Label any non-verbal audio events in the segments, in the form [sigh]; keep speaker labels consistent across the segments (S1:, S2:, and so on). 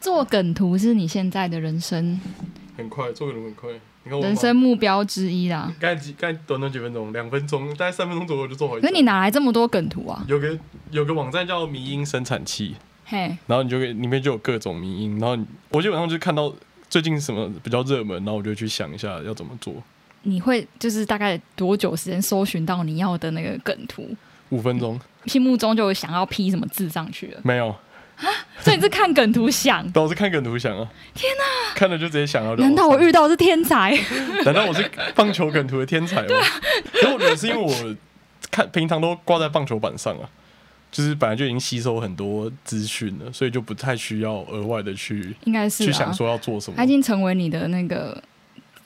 S1: 做梗图是你现在的人生
S2: 很快，做个人很快。你看我
S1: 人生目标之一啦。
S2: 刚才几，刚才短短几分钟，两分钟，大概三分钟左右就做好一
S1: 可
S2: 张。
S1: 是你哪来这么多梗图啊？
S2: 有个有个网站叫迷音生产器，
S1: 嘿，
S2: 然后你就可以里面就有各种迷音，然后你我基本上就看到最近什么比较热门，然后我就去想一下要怎么做。
S1: 你会就是大概多久时间搜寻到你要的那个梗图？
S2: 五分钟
S1: 心目中就有想要 P 什么字上去了，
S2: 没有，。
S1: 所以你是看梗图想
S2: 但我是看梗图想啊。天哪、看了就直接想要。
S1: [laughs] 难道我遇到的是天才？
S2: [laughs] 难道我是棒球梗图的天才吗？
S1: 啊
S2: 可是我觉得是因为我看平常都挂在棒球板上啊，就是本来就已经吸收很多资讯了，所以就不太需要额外的去、
S1: 应该是、啊、
S2: 去想说要做什么
S1: 它已经成为你的那个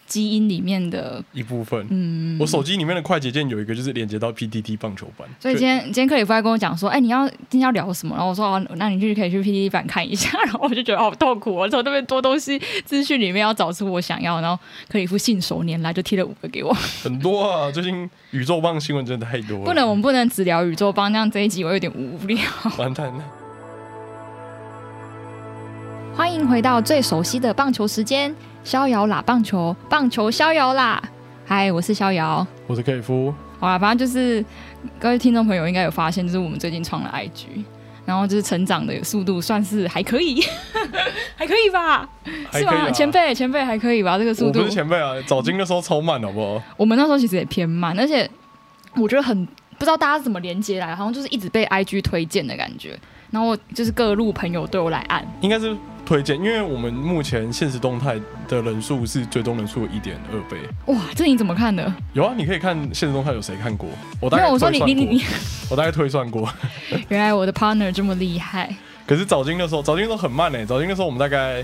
S1: 基因里面的，
S2: 一部分。
S1: 嗯，
S2: 我手机里面的快捷键有一个就是连接到 PTT 棒球版，
S1: 所以今天今天克里夫在跟我讲说，哎、你要今天要聊什么？然后我说，哦、那你就可以去 PPT 版看一下。 [laughs] 然后我就觉得好痛苦哦，我从那边多东西资讯里面要找出我想要。然后克里夫信手拈来就贴了五个给我。
S2: 很多啊，最近宇宙棒新闻真的太多了，
S1: 不能，我们不能只聊宇宙帮，这样这一集我有点无聊。
S2: 完蛋了。
S1: 欢迎回到最熟悉的棒球时间，逍遥啦棒球，棒球逍遥啦。嗨，我是逍遥。
S2: 我是克里夫，
S1: 好啦，反正就是各位听众朋友应该有发现，就是我们最近创了 IG，然后就是成长的速度算是还可以， [laughs] 还可以吧？
S2: 还
S1: 是
S2: 可以
S1: 吧？
S2: 啊
S1: 前辈，前辈还可以吧？这个速
S2: 我
S1: 度
S2: 不，是前辈啊，早金的时候超慢，好不好？
S1: 我们那时候其实也偏慢，而且我觉得很不知道大家怎么连接来，好像就是一直被 IG 推荐的感觉。然后就是各路朋友对我来按，
S2: 应该是推荐，因为我们目前现实动态的人数是追踪人数一点二倍。
S1: 哇，这你怎么
S2: [laughs]
S1: 看的？
S2: 有啊，你可以看现实动态有谁看过？我大
S1: 没
S2: 概
S1: 有，我说你
S2: 推算
S1: 你你
S2: 过
S1: 你，
S2: [laughs] 我大概推算过。
S1: [laughs] 原来我的 partner 这么厉害，
S2: 可是早金的时候，早金的时候很慢呢、早金的时候我们大概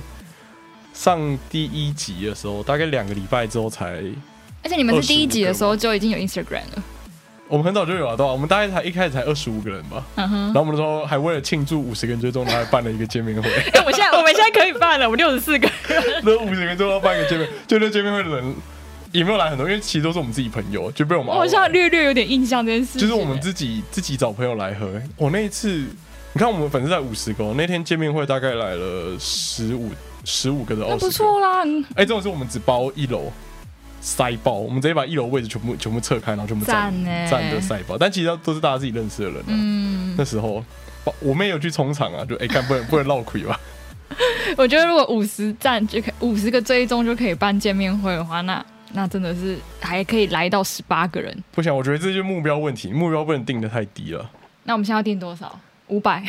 S2: 上第一集的时候，大概两个礼拜之后才，
S1: 而且你们是第一集的
S2: 25
S1: 时候就已经有 Instagram
S2: 哦
S1: 了，
S2: 我们很早就有啊，对吧、我们大概才一开始才二十五个人吧，
S1: 嗯哼。
S2: 然后我们那时候还为了庆祝五十个人追踪，然后还办了一个
S1: [laughs]
S2: 见面会，
S1: 哎、我现在我们现在可以办了，我们六十四个。
S2: 那五十个人追踪要办一个见面，就那见面会的人也没有来很多，因为其实都是我们自己朋友，就被我们
S1: 我
S2: 熬
S1: 好
S2: 完
S1: 像略略有点印象这件事情。
S2: 就是我们自己自己找朋友来喝。我那一次，你看我们粉丝在五十个，哦那天见面会大概来了十五十五个的
S1: 那
S2: 二
S1: 不
S2: 十个。
S1: 错啦，嗯
S2: 哎、这种是我们只包一楼塞包，我们直接把一楼位置全部全部撤开，然后全部站
S1: 赞欸
S2: 站着塞包。但其实都是大家自己认识的人、啊。
S1: 嗯，
S2: 那时候我妹有去冲场啊，就哎看、不能不能绕啊亏吧。
S1: [laughs] 我觉得如果五十赞就可以，五十个追踪就可以办见面会的话，那那真的是还可以来到十八个人。
S2: [laughs] 不啊想，我觉得这就是目标问题，目标不能定的太低了。
S1: 那我们现在要定多少？五百。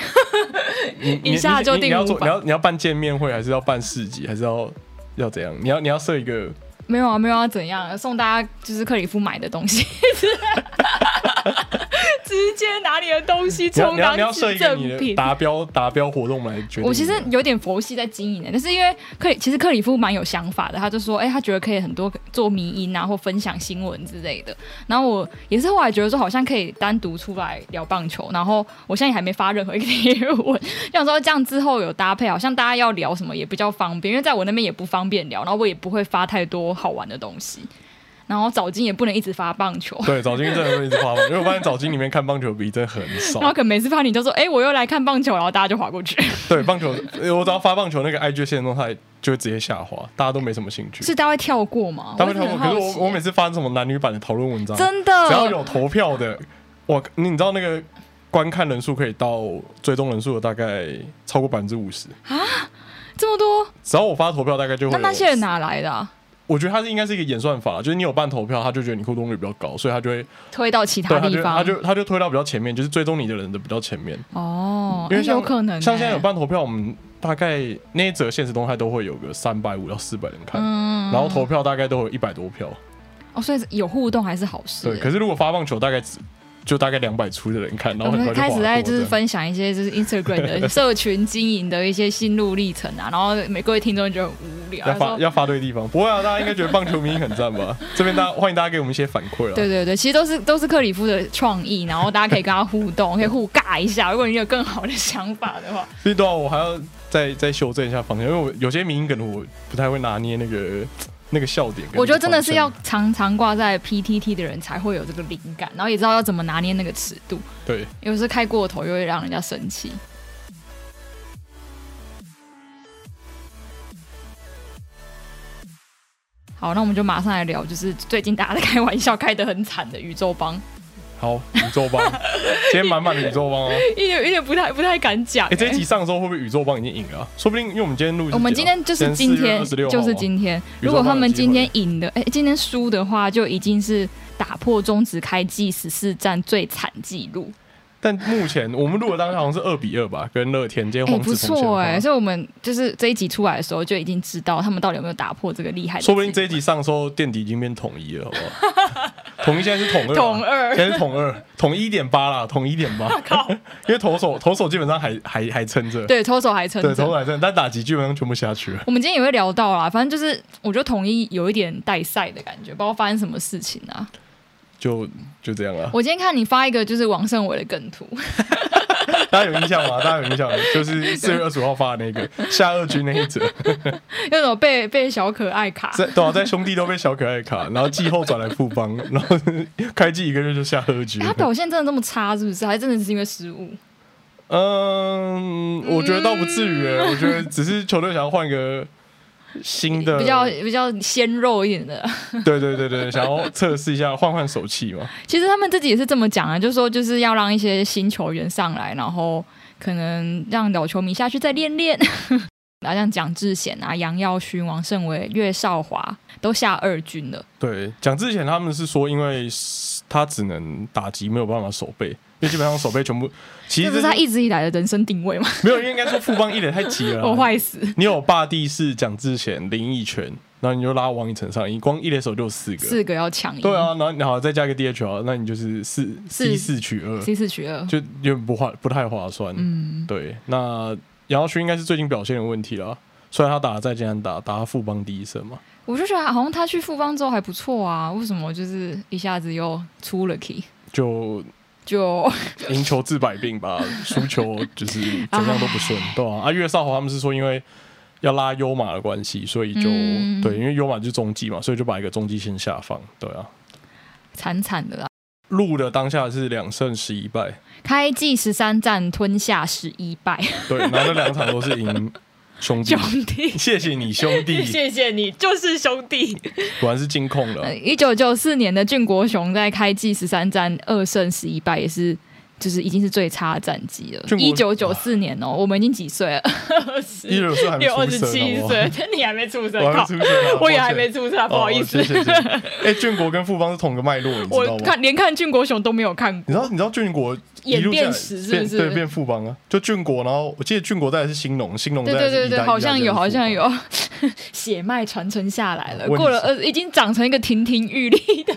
S1: [laughs]
S2: 你你
S1: 一下就
S2: 你你
S1: 定
S2: 你要做，
S1: 500
S2: 你要你要办见面会，还是要办市集，还是要要怎样？你要你要设一个
S1: 没有啊，没有要怎样，送大家就是克里夫买的东
S2: [laughs]
S1: 西，直接拿你的东西
S2: 你要
S1: 充
S2: 你要
S1: 当
S2: 你要设一个
S1: 赠
S2: 你的
S1: 品。
S2: 达标达标活动来决定。
S1: 我其实有点佛系在经营欸的，但是因为克里其实克里夫蛮有想法的，他就说，哎、他觉得可以很多做迷音啊，或分享新闻之类的。然后我也是后来觉得说，好像可以单独出来聊棒球。然后我现在也还没发任何一个贴文，想说这样之后有搭配，好像大家要聊什么也比较方便，因为在我那边也不方便聊，然后我也不会发太多好玩的东西。然后早金也不能一直发棒球，
S2: 对早金真的会一直发疯，因为我发现早金里面看棒球比例真的很少
S1: 然。后可能每次发你就说，哎、我又来看棒球，然后大家就划过去。
S2: 对棒球，呃我只要发棒球那个 IG 线动态就会直接下滑，大家都没什么兴趣。
S1: 是大家会跳过吗？
S2: 他们
S1: 我也很
S2: 可是
S1: 好奇
S2: 我我每次发什么男女版的讨论文章，
S1: 真的
S2: 只要有投票的，哇，你知道那个观看人数可以到追踪人数的大概超过百分之五十。
S1: 这么多，
S2: 只要我发投票，大概就会
S1: 那
S2: 有。
S1: 那些人哪来的、啊？
S2: 我觉得它是应该是一个演算法，就是你有办投票，他就觉得你互动率比较高，所以他就会
S1: 推到其
S2: 对，
S1: 他
S2: 他
S1: 地
S2: 就他
S1: 方？
S2: 就他就推到比较前面，就是追踪你的人的比较前面，
S1: 哦，
S2: 因为
S1: 诶
S2: 像
S1: 有可能、欸，
S2: 像现在有办投票，我们大概那一则现实动态都会有个三百五到四百人看，
S1: 嗯
S2: 然后投票大概都有一百多票，
S1: 哦，所以有互动还是好事、欸
S2: 对。可是如果发棒球，大概只就大概两百出的人看，然
S1: 我
S2: 后很快
S1: 们
S2: 就
S1: 开
S2: 划
S1: 始
S2: 过
S1: 在就
S2: 这
S1: 是
S2: 样
S1: 分享一些就是 Instagram
S2: [laughs]
S1: 的社群经营的一些心路历程啊，然后每各位听众觉得很无聊，
S2: 要
S1: 他
S2: 发
S1: 说
S2: 要发对地方，不会啊，大家应该觉得棒球迷很赞吧？这边大家欢迎大家给我们一些反馈啊。
S1: 对对对，其实都是都是克里夫的创意，然后大家可以跟他互动，可以互尬一下。如果你有更好的想法的
S2: [laughs]
S1: 话，
S2: 所以对啊，我还要再再修正一下方向，因为我有些民梗我不太会拿捏那个那个笑点跟那个方向。
S1: 我觉得真的是要常常挂在 PTT 的人才会有这个灵感，然后也知道要怎么拿捏那个尺度。
S2: 对。
S1: 有时候开过头又会让人家生气。好，那我们就马上来聊，就是最近大家在开玩笑开得很惨的宇宙帮， [laughs]
S2: 好，宇宙帮，今天满满的宇宙帮哦。
S1: [laughs] 一点有点不太不太敢讲、
S2: 哎、这一
S1: 欸
S2: 集上的时候会不会宇宙帮已经赢了啊、说不定因为我们今天录，
S1: 我们今天就是今天，
S2: 26
S1: 就
S2: 号
S1: 是
S2: 啊
S1: 今天。
S2: 宇
S1: 如
S2: 宙帮有
S1: 果他们今天赢的，哎、今天输的话，就已经是打破中职开季十四战最惨纪录。
S2: 但目前我们录的当下好像是二比二吧，跟乐天今天
S1: 哎、
S2: 黄
S1: 不
S2: 子鹏先
S1: 错
S2: 发
S1: 哎、所以我们就是这一集出来的时候就已经知道他们到底有没有打破这个厉害的纪
S2: 说
S1: 录。
S2: 不定这一集上的时候垫底已经变统一了，好不好？ [laughs] 统一现在是统二啊，
S1: 统二
S2: 现在是统二，统一点八啦，统一点
S1: [laughs]
S2: 八，因为投手投手基本上还还还撑着，
S1: 对投手还撑
S2: 对，
S1: 着
S2: 投手。还撑，但打击基本上全部下去了。
S1: 我们今天也会聊到啦，反正就是我觉得统一有一点带赛的感觉，不知道发生什么事情啊。
S2: 就就这样了，
S1: 我今天看你发一个就是王胜伟的梗图， [laughs]
S2: 大家有印象吗？大家有印象吗，就是四月二十五号发的那个下二军那一则，
S1: 那种被被小可爱卡，
S2: [laughs] 在对啊，在兄弟都被小可爱卡，然后季后转来富邦，然后 [laughs] 开季一个月就下二军
S1: 欸。他表现真的那么差是不是？还真的是因为失误？
S2: 嗯，我觉得倒不至于、欸，我觉得只是球队想要换个新的，
S1: 比较比较鲜肉一点的。 [laughs]
S2: 对对对对，想要测试一下换换手气嘛。
S1: 其实他们自己也是这么讲啊，就是说就是要让一些新球员上来，然后可能让老球迷下去再练练。 [laughs] 啊，像蒋志贤啊、杨耀勋、王胜伟、岳少华都下二军了，
S2: 对，讲之前他们是说，因为他只能打击，没有办法守备，因为基本上守备全部其
S1: 这
S2: 实
S1: 不是他一直以来的人生定位吗？
S2: 没有，应该说富邦一脸太急了
S1: [laughs]
S2: 啦。
S1: 我坏死，
S2: 你有霸地是蒋志贤、林奕泉，然后你就拉王以晨上，你光一垒手就有四
S1: [laughs]
S2: 个。
S1: 四个要抢一，
S2: 对啊，然后你好再加一个 DHL，那你就是四
S1: 四
S2: C 四取二，
S1: ，C 四取二，
S2: 就有点不划不太划算。
S1: 嗯，
S2: 对，那杨耀勋应该是最近表现有问题了。虽然他打得再艰难打，打他富邦第一胜嘛，
S1: 我就觉得好像他去富邦之后还不错啊，为什么就是一下子又出了 key？
S2: 就
S1: 就 [laughs]
S2: 赢球治百病吧，输球就是怎么样都不顺，对啊。啊，岳少华他们是说因为要拉优马的关系，所以就、
S1: 嗯
S2: 对，因为优马就是中继嘛，所以就把一个中继先下放，对啊。
S1: 惨惨的啦。
S2: 录的当下是两胜十一败，
S1: 开季十三战吞下十一败，
S2: 对，然后那两场都是赢嗯兄弟嗯
S1: 兄。弟，
S2: [laughs] 谢谢你兄
S1: [laughs]
S2: 弟，
S1: 谢谢你，就是兄弟。呃
S2: 果然是金控了。
S1: 一九九四年的俊国雄在开季十三战二胜十一败，也是就是已经是最差的战绩了
S2: 俊。
S1: 一
S2: 国
S1: 九九四年哦、我们已经几岁了？ [laughs] 二十
S2: 一六四还没
S1: 六、二
S2: 出
S1: 十
S2: 生，
S1: 七
S2: 好不好
S1: 岁， [laughs] 你还没出生，
S2: 我还没
S1: 靠
S2: 出！生啊，
S1: 我也还
S2: 抱歉
S1: 没出生，不好意思
S2: 哦、，谢谢谢谢。 [laughs] 哎、俊国跟富邦是同个脉络，你知道
S1: 我
S2: 吗？
S1: 看连看俊国雄都没有看
S2: 你
S1: 过。
S2: 知道你知道俊国一
S1: 演
S2: 路下来
S1: 变史是不是
S2: 变对，变富邦啊，就俊国，然后我记得俊国带的是兴农，兴农
S1: 对
S2: 带
S1: 对
S2: 的
S1: 对
S2: 是
S1: 对，
S2: 宜兰
S1: 好像有，好像。
S2: 宜兰
S1: 有 [laughs] 血脉传承下来了，
S2: 问题
S1: 过了
S2: 是
S1: 二，已经长成一个亭亭玉立的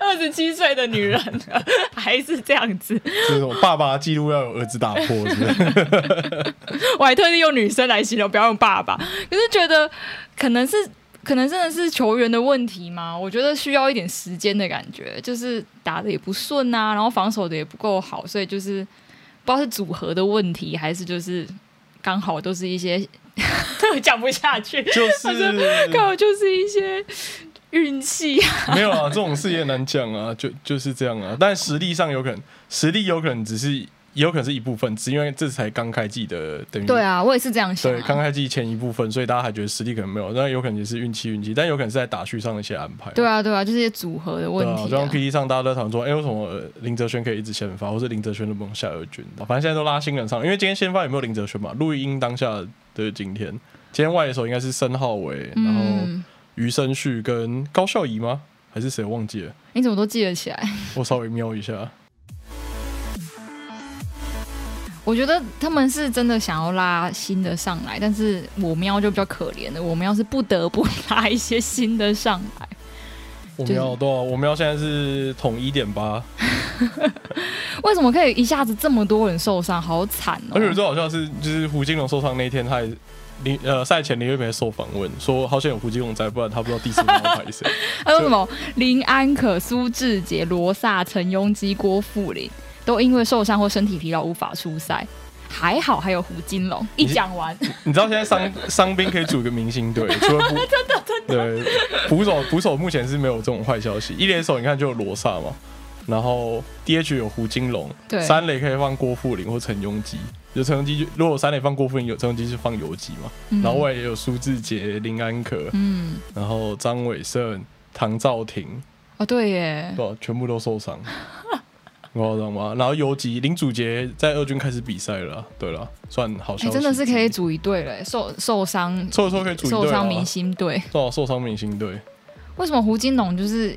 S1: 二十七岁的女人了， [laughs] 还是这样子。
S2: 就是这种爸爸的记录要有儿子打破，是
S1: [laughs]
S2: 不是？
S1: 我还特地用女生来形容，不要用爸爸。可是觉得可能是可能真的是球员的问题吗？我觉得需要一点时间的感觉，就是打的也不顺啊，然后防守的也不够好，所以就是不知道是组合的问题，还是就是刚好都是一些 [laughs] 讲不下去，
S2: 就是
S1: 刚好就是一些运气啊。
S2: 没有啊，这种事也难讲啊，就就是这样啊。但实力上有可能，实力有可能只是，也有可能是一部分，只因为这才刚开季的，等于
S1: 对啊，我也是这样想、
S2: 对刚开季前一部分，所以大家还觉得实力可能没有，那有可能也是运气运气，但有可能是在打序上的一些安排。
S1: 对啊，对啊，就是一些组合的问
S2: 对啊，就
S1: 题、
S2: 像 PPT 上大家都在讨论说，哎、为什么呃林哲轩可以一直先发，或是林哲轩能不能下二军？反正现在都拉新人上，因为今天先发有没有林哲轩嘛？录音当下的今天，今天外野手应该是申浩伟，然后
S1: 嗯，
S2: 余生旭跟高孝仪吗？还是谁忘记了？
S1: 你怎么都记得起来？
S2: 我稍微瞄一下，
S1: 我觉得他们是真的想要拉新的上来，但是我喵就比较可怜的，我喵是不得不拉一些新的上来。
S2: 我
S1: 就是
S2: 瞄多少？我瞄现在是统一点八，
S1: 为什么可以一下子这么多人受伤？好惨哦！
S2: 而且最好笑的是，就是胡金龙受伤那一天，他也林呃赛前林月梅受访问说，好险有胡金龙在，不然他不知道第四棒要排谁。 [laughs]
S1: 还有什么林安可、苏志杰、罗萨、陈庸基、郭富林，都因为受伤或身体疲劳无法出赛。还好还有胡金龙，一讲完，
S2: 你知道现在伤伤兵可以组一个明星队，除了捕 [laughs] 真的真的对捕手捕手目前是没有这种坏消息。一垒手你看就有罗萨嘛，然后 DH 有胡金龙，
S1: 对
S2: 三垒可以放郭富林或陈庸基，有陈荣基就如果三垒放郭富林，有陈荣基是放游击嘛，
S1: 嗯
S2: 然后外野有苏志杰、林安可，
S1: 嗯，
S2: 然后张伟胜、唐兆廷，
S1: [laughs] 哦对耶，
S2: 对吧、啊全部都受伤，你知道吗？然后游击林祖杰在二军开始比赛了啊，对了，算好
S1: 哎、
S2: 消息。
S1: 真的是可以组一队了耶，受受伤
S2: 凑一凑可以组一队
S1: 受伤
S2: 啊
S1: 明星队。
S2: 对啊，受伤明星队，
S1: 为什么胡金龙就是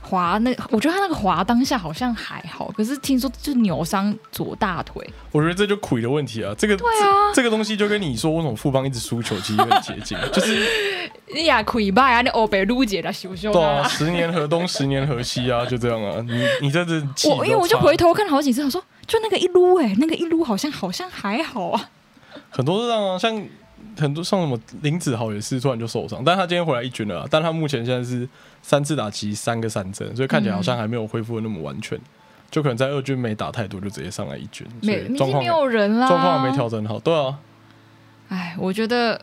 S1: 滑那？我觉得他那个滑当下好像还好，可是听说就扭伤左大腿。
S2: 我觉得这就苦的问题啊。这个
S1: 对啊，
S2: 这个东西就跟你说为什么富邦一直输球，其实有点接近，就是
S1: 你也溃败啊，你欧北撸姐来修修
S2: 对啊，
S1: 啊。
S2: 十年河东，十年河西啊，就这样啊。你你在这气
S1: 我因为
S2: 都
S1: 我就
S2: 差
S1: 回头看了好几次，我说就那个一撸哎、那个一撸好像好像还好啊。
S2: 很多是这样啊，像很多像什么林子豪也是突然就受伤，但他今天回来一军了啊、但他目前现在是三次打击三个三针，所以看起来好像还没有恢复的那么完全，就可能在二军没打太多就直接上来一军，所
S1: 没，
S2: 以
S1: 已
S2: 状
S1: 经
S2: 况
S1: 没有人啦。
S2: 状况还没。调整好，对啊，
S1: 哎，我觉得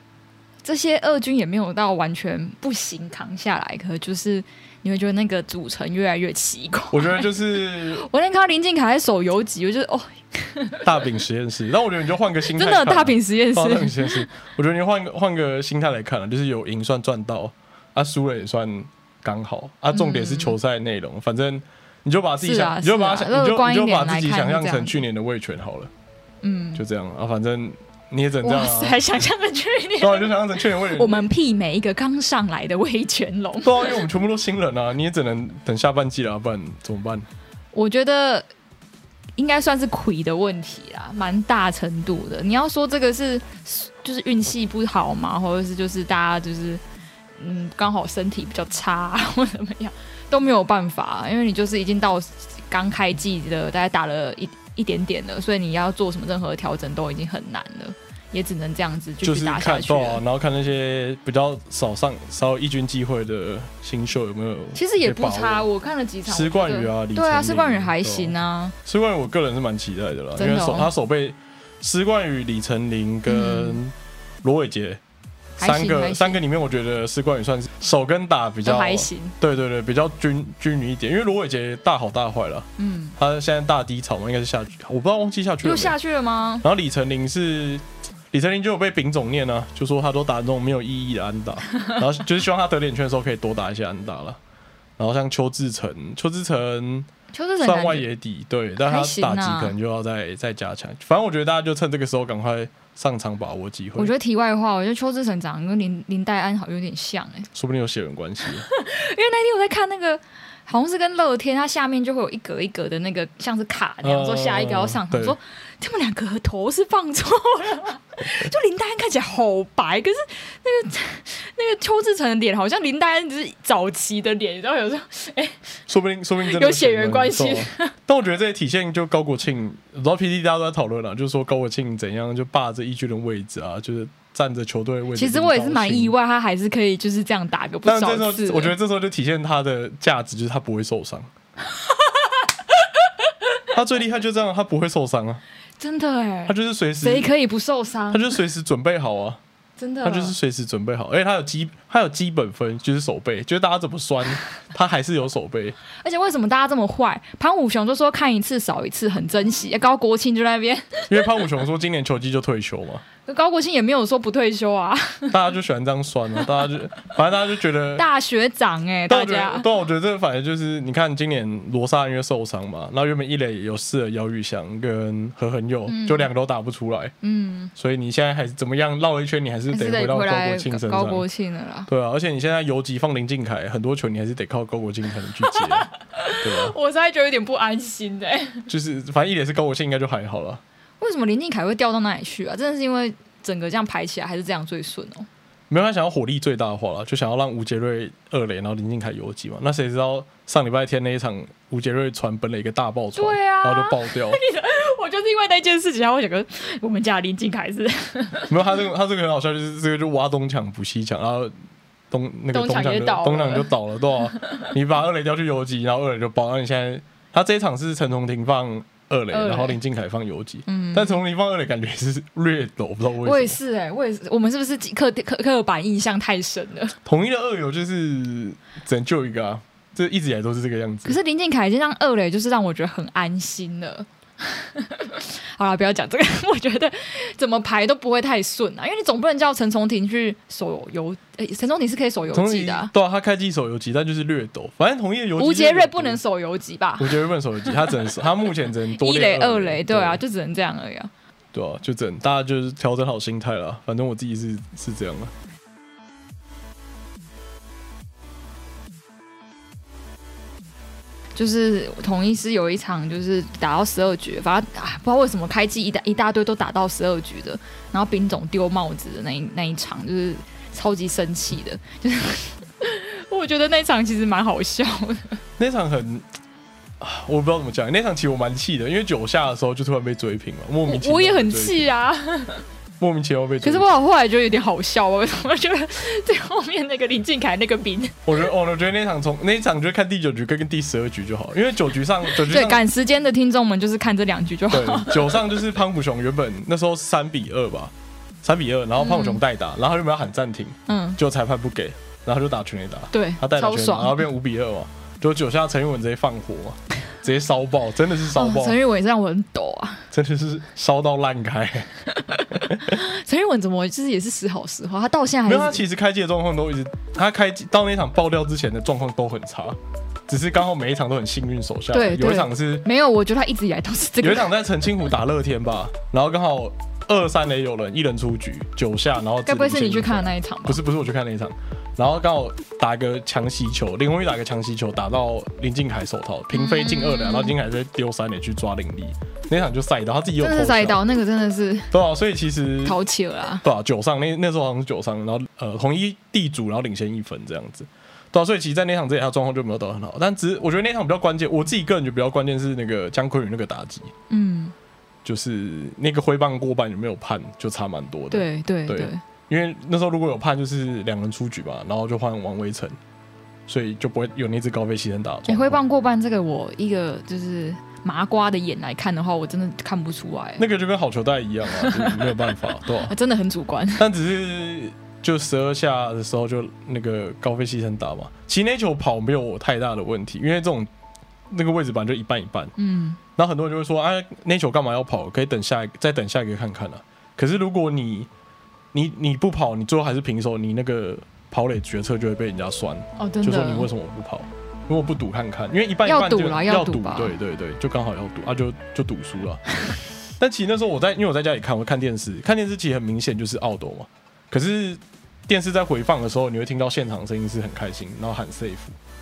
S1: 这些二军也没有到完全不行扛下来，可就是你会觉得那个组成越来越奇怪。
S2: 我觉得就是
S1: 我那天看到林敬凯在守游击，我就哦，
S2: 大饼实验室， [laughs] 但我觉得你就换个心态
S1: 真
S2: 看，
S1: 的大饼实
S2: [laughs]
S1: 验室
S2: 哦大饼实验室，我觉得你换个换个心态来看了、啊就是有赢算赚到，啊输了也算刚好，啊重点是球赛内容，反正。你就把自
S1: 嗯
S2: 己
S1: 是
S2: 想，
S1: 啊
S2: 你就把它
S1: 是啊
S2: 想，你
S1: 乐
S2: 就
S1: 观
S2: 你
S1: 一
S2: 就
S1: 点
S2: 把自己
S1: 来看
S2: 想
S1: 是
S2: 象
S1: 这
S2: 成
S1: 样
S2: 去年的味全好了，
S1: 嗯，
S2: 就这样啊，反正你也只能这样
S1: 哇
S2: 啊，
S1: 塞，想象的去
S2: 对啊，
S1: 年，
S2: 你就想象成去年味
S1: [laughs]
S2: 全，
S1: 我们媲美一个刚上来的威全龙。
S2: 对啊，因为我们全部都新人啊，你也只能等下半季了、啊不然怎么办？
S1: 我觉得应该算是魁的问题啦，蛮大程度的。你要说这个是就是运气不好嘛，或者是就是大家就是嗯刚好身体比较差或怎么样，都没有办法，因为你就是已经到刚开季的，大概打了一一点点了，所以你要做什么任何调整都已经很难了，也只能这样子继
S2: 就
S1: 续
S2: 是
S1: 打下
S2: 看
S1: 去
S2: 对
S1: 了。
S2: 啊，然后看那些比较少上少一军机会的新秀有没有，
S1: 其实也不差，。我看了几场。
S2: 石冠宇啊
S1: 我觉得
S2: 李
S1: 对啊，
S2: 承
S1: 石冠宇
S2: 明
S1: 还
S2: 对啊
S1: 行啊。
S2: 施冠宇我个人是蛮期待的啦，因
S1: 真的
S2: 为
S1: 哦
S2: 手他手背施冠宇、李成林跟
S1: 嗯
S2: 罗伟杰
S1: 还行
S2: 三
S1: 还
S2: 个
S1: 行
S2: 三个里面，我觉得施冠宇算是手跟打比
S1: 都
S2: 较
S1: 还行，
S2: 对对对，比较均均匀一点。因为罗伟杰大好大坏了，
S1: 嗯，
S2: 他现在大低潮嘛，应该是下去，我不知道忘记下去了
S1: 又
S2: 没。
S1: 下去了吗？
S2: 然后李成林是。李成林就有被丙总念啊，就说他都打那种没有意义
S1: [laughs]
S2: 的安打，然后就是希望他得点圈的时候可以多打一些安打了。然后像邱志成，邱志成
S1: 邱志成
S2: 算
S1: 感
S2: 外
S1: 觉
S2: 野底，对，但他
S1: 还行
S2: 打
S1: 啊
S2: 击可能就要再再加强。反正我觉得大家就趁这个时候赶快上场把握机会
S1: 我觉，得题外话，我觉得邱志成长得跟林林黛安好像有点像哎、
S2: 说不定有血缘关系。
S1: 因为那天我在看那个，好像是跟乐天，他下面就会有一格一格的那个像是卡那样，
S2: 嗯
S1: 说下一个要上场，
S2: 对
S1: 说他们两个头是放错了 [laughs] 吗，就林黛安看起来好白，可是那个那个邱志成的脸好像林黛安只是早期的脸，你知道有时候
S2: 说不定，说不定真的
S1: 有血缘关系
S2: 对啊但我觉得这也体现就高国庆，我知道 P D 大家都在讨论了，啊就是说高国庆怎样就霸着一军的位置啊，就是占着球队的位置。
S1: 其实我也是蛮意。外，他还是可以就是这样打个不
S2: 但
S1: 少
S2: 这时
S1: 次欸
S2: 候，
S1: 的。
S2: 我觉得这时候就体现他的价值，就是他不会受伤。他最厉害就这样，他不会受伤啊，
S1: 真的哎、
S2: 他就是随时，
S1: 谁可以不受伤
S2: 他？就是随时准备好啊。
S1: 真的，
S2: 他就是随时准备好，而且他有基他有基本分，就是手背，就是大家怎么酸，他还是有手背。
S1: 而且为什么大家这么坏？潘武雄就说看一次少一次，很珍惜。啊高国庆就在那边， [laughs]
S2: 因为潘武雄说今年球季就退休嘛，
S1: 高国庆也没有说不退休
S2: [laughs]
S1: 啊，
S2: 大家就喜欢这样酸啊，大家就反正大家就觉得。
S1: 大学长哎、
S2: 但
S1: 大
S2: 我觉得，啊
S1: 家
S2: 但我觉得这反正就是，你看今年罗莎因为受伤嘛，然后原本一垒有四的姚宇翔跟何恒佑，就两个都打不出来，
S1: 嗯，
S2: 所以你现在还是怎么样绕一圈，你还是
S1: 还
S2: 得
S1: 是
S2: 回
S1: 得
S2: 到高
S1: 回来
S2: 国庆身
S1: 高
S2: 上。
S1: 国庆了啦。
S2: 对啊，而且你现在游击放林敬凯，很多球你还是得靠高国庆才能去
S1: [laughs]
S2: 接，对啊吧、
S1: 我现在觉得有点不安心哎、
S2: 就是反正一垒是高国庆，应该就还好了。
S1: 为什么林敬凯会掉到那里去啊？真的是因为整个这样排起来还是这样最顺哦。
S2: 没有他想要火力最大化了，就想要让吴杰瑞二垒，然后林敬凯游击嘛。那谁知道上礼拜天那一场，吴杰瑞传本垒一个大爆传，
S1: 对啊
S2: 然后就爆
S1: [laughs]
S2: 掉。
S1: 我就是因为那件事情，然后我想跟我们家林敬凯是
S2: 没有他这个他这个很好笑，就是这个就挖东墙补西墙，然后东那个
S1: 东
S2: 墙
S1: 墙也
S2: 就
S1: 倒了
S2: 东墙就倒了，对吧、你把二垒调去游击，然后二垒就爆。然后你现在他这一场是陈崇廷放二垒，
S1: 二垒
S2: 然后林敬凯放游击，
S1: 嗯
S2: 但陈崇廷放二垒感觉是略抖，不知道为什么。
S1: 我也是哎、我也是，我们是不是刻刻刻板印象太深了？
S2: 统一的二游就是只能救一个啊，这一直以来都是这个样子。
S1: 可是林敬凯已经让二垒就是让我觉得很安心了。 [laughs] 好啦，不要讲这个， [laughs] 我觉得怎么排都不会太顺啊，因为你总不能叫陈松婷去手游，诶陈松婷是可以手游
S2: 同
S1: 级
S2: 级
S1: 的、啊，
S2: 对啊，他开机手游级，但就是略抖。反正同业游击
S1: 吴杰
S2: 略
S1: 瑞
S2: 抖
S1: 不能，手游级吧？
S2: 吴杰瑞不能手游级，他只能
S1: [laughs]
S2: 他目前只能多
S1: 一
S2: 练
S1: 垒、二垒，对啊，
S2: 对
S1: 就只能这样而已啊。
S2: 对啊，就只能大家就是调整好心态啦。反正我自己是是这样啊了。
S1: 就是同一师有一场就是打到十二局，反正啊不知道为什么开机一大一大堆都打到十二局的，然后兵总丢帽子的那一那一场就是超级生气的，就是 [laughs] 我觉得那一场其实蛮好笑的，
S2: 那场很，啊我不知道怎么讲。那场其实我蛮气的，因为九下的时候就突然被追平了，莫名其
S1: 我
S2: 妙
S1: 我也很
S2: 被追平，
S1: 气啊，
S2: 莫名其妙被
S1: 可
S2: 追
S1: 是
S2: 平。
S1: 我后来就有点好笑，我怎么觉得最后面那个林俊凯那个兵，
S2: 我觉得，哦我觉得那场从那一场就看第九局跟跟第十二局就好，因为九局上九局
S1: 对
S2: 上
S1: 赶时间的听众们就是看这两局就好，
S2: 对，九上就是潘普雄原本那时候三比二吧，三比二，然后潘普雄代打，然后他原本要喊暂停，
S1: 嗯，
S2: 结果裁判不给，然后他就打全垒打，
S1: 对
S2: 他代，打
S1: 超
S2: 全垒打，然后
S1: 爽。
S2: 变五比二嘛，结果九下陈玉文直接放火嘛，直接烧爆，真的是烧爆，
S1: 陈玉文也是让我很抖啊！
S2: 真的是烧到烂开。
S1: 陈玉文怎么就是也是时好时坏，他到现在
S2: 没有，他
S1: 还是
S2: 其实开机的状况都一直，他开机到那场爆掉之前的状况都很差，只是刚好每一场都很幸运手下，
S1: 对
S2: 有一
S1: 对
S2: 场是
S1: 没有，我觉得他一直以来都是这个。
S2: 有一场在澄清湖打乐天吧，然后刚好二三垒有人，一人出局，九下，然后
S1: 该不会是你
S2: 自己
S1: 去看的那一场吧？
S2: 不是不是，我去看那一场，然后刚好打一个强袭球，林鸿玉打一个强袭球，打到林敬凯手套，平飞进
S1: 嗯
S2: 二垒，然后林敬凯再丢三垒去抓林立，那场就赛到他自己有
S1: 真
S2: 投
S1: 的是
S2: 球
S1: 塞到，那个真的是
S2: 对啊，所以其实
S1: 淘气了啦。
S2: 对啊，九上那那时候好像是九上，然后呃统一地主，然后领先一分这样子。对啊，所以其实，在那场之前，他状况就没有到很好，但只是我觉得那场比较关键，我自己个人觉得比较关键是那个江坤宇那个打击，
S1: 嗯，
S2: 就是那个挥棒过半有没有判，就差蛮多的。，
S1: 对对
S2: 对
S1: 对，
S2: 因为那时候如果有判，就是两人出局嘛，然后就换王威成，所以就不会有那只高飞牺牲打的
S1: 你
S2: 状况。
S1: 挥棒过半这个，我一个就是麻瓜的眼来看的话，我真的看不出来，
S2: 那个就跟好球带一样啊，就是没有办法，对吧、
S1: 啊真的很主
S2: [laughs]
S1: 观。
S2: 但只是就十二下的时候就那个高飞牺牲打嘛，其实那球跑没有我太大的问题，因为这种那个位置板就一半一半。
S1: 嗯，
S2: 然后很多人就会说啊，那球干嘛要跑？可以等下一个再等下一个看看啊。可是如果你你你不跑，你最后还是平手，你那个跑垒决策就会被人家酸，
S1: 哦，真
S2: 就说你为
S1: 的，
S2: 什么不跑？如果不赌看看，因为一半一
S1: 要
S2: 半
S1: 赌
S2: 就
S1: 啦
S2: 要
S1: 要赌吧
S2: 对对对，就刚好要赌啊，就就赌输了。但其实那时候我在，因为我在家里看，我看电视，看电视其实很明显就是澳斗嘛。可是电视在回放的时候，你会听到现场声音是很开心，然后喊 safe，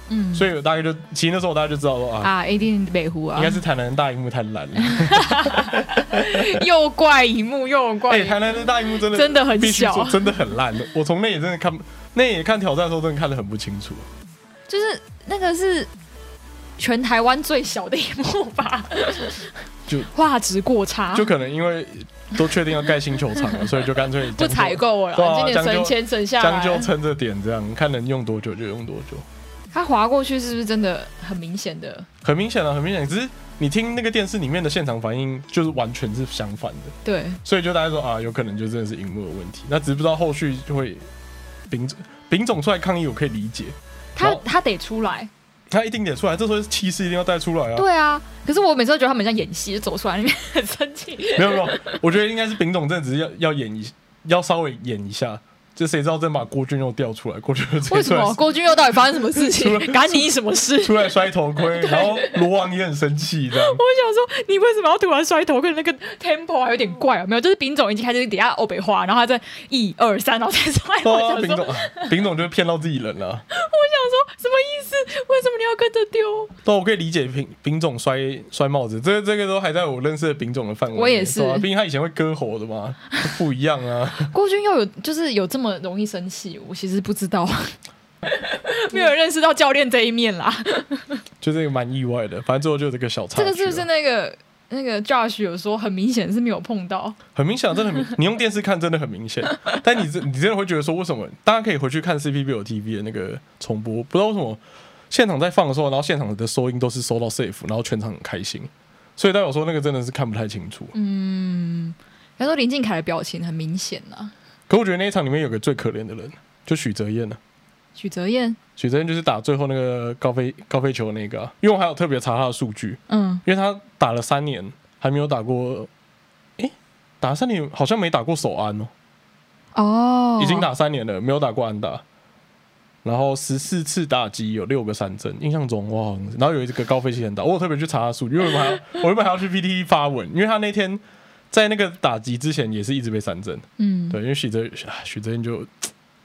S1: 嗯，
S2: 所以我大概就其实那时候我大概就知道说啊，
S1: 啊，一定北湖啊
S2: 应该，是台南的大荧幕太烂了。
S1: [laughs] 又怪一幕又怪
S2: 哎、
S1: 一幕，
S2: 台南的大荧幕真的
S1: 真的很
S2: 必须
S1: 小，
S2: 说真的很烂的。我从那也真的看，那也看挑战的时候真的看得很不清楚。
S1: 就是那个是全台湾最小的一幕吧，
S2: [laughs] 就
S1: 画质过差，
S2: 就可能因为都确定要盖新球场了，所以就干脆将
S1: [laughs]
S2: 就
S1: 不采购了
S2: 对
S1: 啦，
S2: 啊
S1: 今年
S2: 将就
S1: 省钱省下
S2: 将
S1: 来，
S2: 就撑着点，这样看能用多久就用多久。
S1: 它滑过去是不是真的很明显的？
S2: 很明显了、啊很明显。只是你听那个电视里面的现场反应，就是完全是相反的，
S1: 对，
S2: 所以就大家说啊，有可能就真的是荧幕的问题。那只是不知道后续就会丙总丙总出来抗议，我可以理解，
S1: 它
S2: 好
S1: 它得出来。
S2: 他一定得出来，这时候气势一定要带出来啊。
S1: [laughs] 对啊，可是我每次都觉得他们像演戏，就走出来那边很生
S2: [laughs]
S1: 气。
S2: 没有没有，我觉得应该是丙总真的只是要要演一，要稍微演一下，就谁知道真把郭俊又调出来，郭俊又直接
S1: 为什
S2: 出来
S1: 么郭俊佑到底发生什么
S2: [laughs]
S1: 事情？干你什么事？
S2: 出来摔
S1: [laughs]
S2: 头盔，然后罗王也很生气，这样
S1: 我想说，你为什么要突然摔头？跟那个 tempo 还有点怪啊，没有，就是丙总已经开始底下欧北话，然后他在一二三，然后再摔。 [laughs] 我
S2: 哇，
S1: 想
S2: 哦丙
S1: 说，
S2: 总 [laughs] 丙总就骗到自己人了。
S1: 我想说，什么意思？为什么你要跟着丢？
S2: 对，我可以理解丙丙总摔摔帽子，这这个都还在我认识的丙总的范围内。
S1: 我也是
S2: 对啊毕竟他以前会割喉的嘛，不一样啊。 [laughs]
S1: 郭军又有就是有这么容易生气，我其实不知道， [laughs] 没有认识到教练这一面啦。
S2: 就这个蛮意外的，反正最后就有这个小插曲
S1: 这
S2: 啊。
S1: 个是不是那个那个 Josh 有说很明显是没有碰到？
S2: 很明显啊？真的很明，你 [laughs] 用电视看真的很明显，但你真你真的会觉得说，为什么？大家可以回去看 CPBL TV 的那个重播，不知道为什么现场在放的时候，然后现场的收音都是收到 safe，然后全场很开心，所以代表说那个真的是看不太清楚。
S1: 嗯他说林俊凯的表情很明显啊，
S2: 可我觉得那一场里面有个最可怜的人，就许哲彦呢、啊
S1: 许哲彦，
S2: 许哲彦就是打最后那个高飞高飞球的那个啊、因为我还有特别查他的数据，
S1: 嗯
S2: 因为他打了三年还没有打过打三年好像没打过手安哦，
S1: 哦，
S2: 已经打三年了，没有打过安打。然后十四次打击有六个三振，印象中哇，然后有一个高飞先打，我有特别去查他数据，因为我们还要 [laughs] 我原本还要去 PTT 发文，因为他那天在那个打击之前也是一直被三振，
S1: 嗯，
S2: 对，因为许哲啊许哲彦就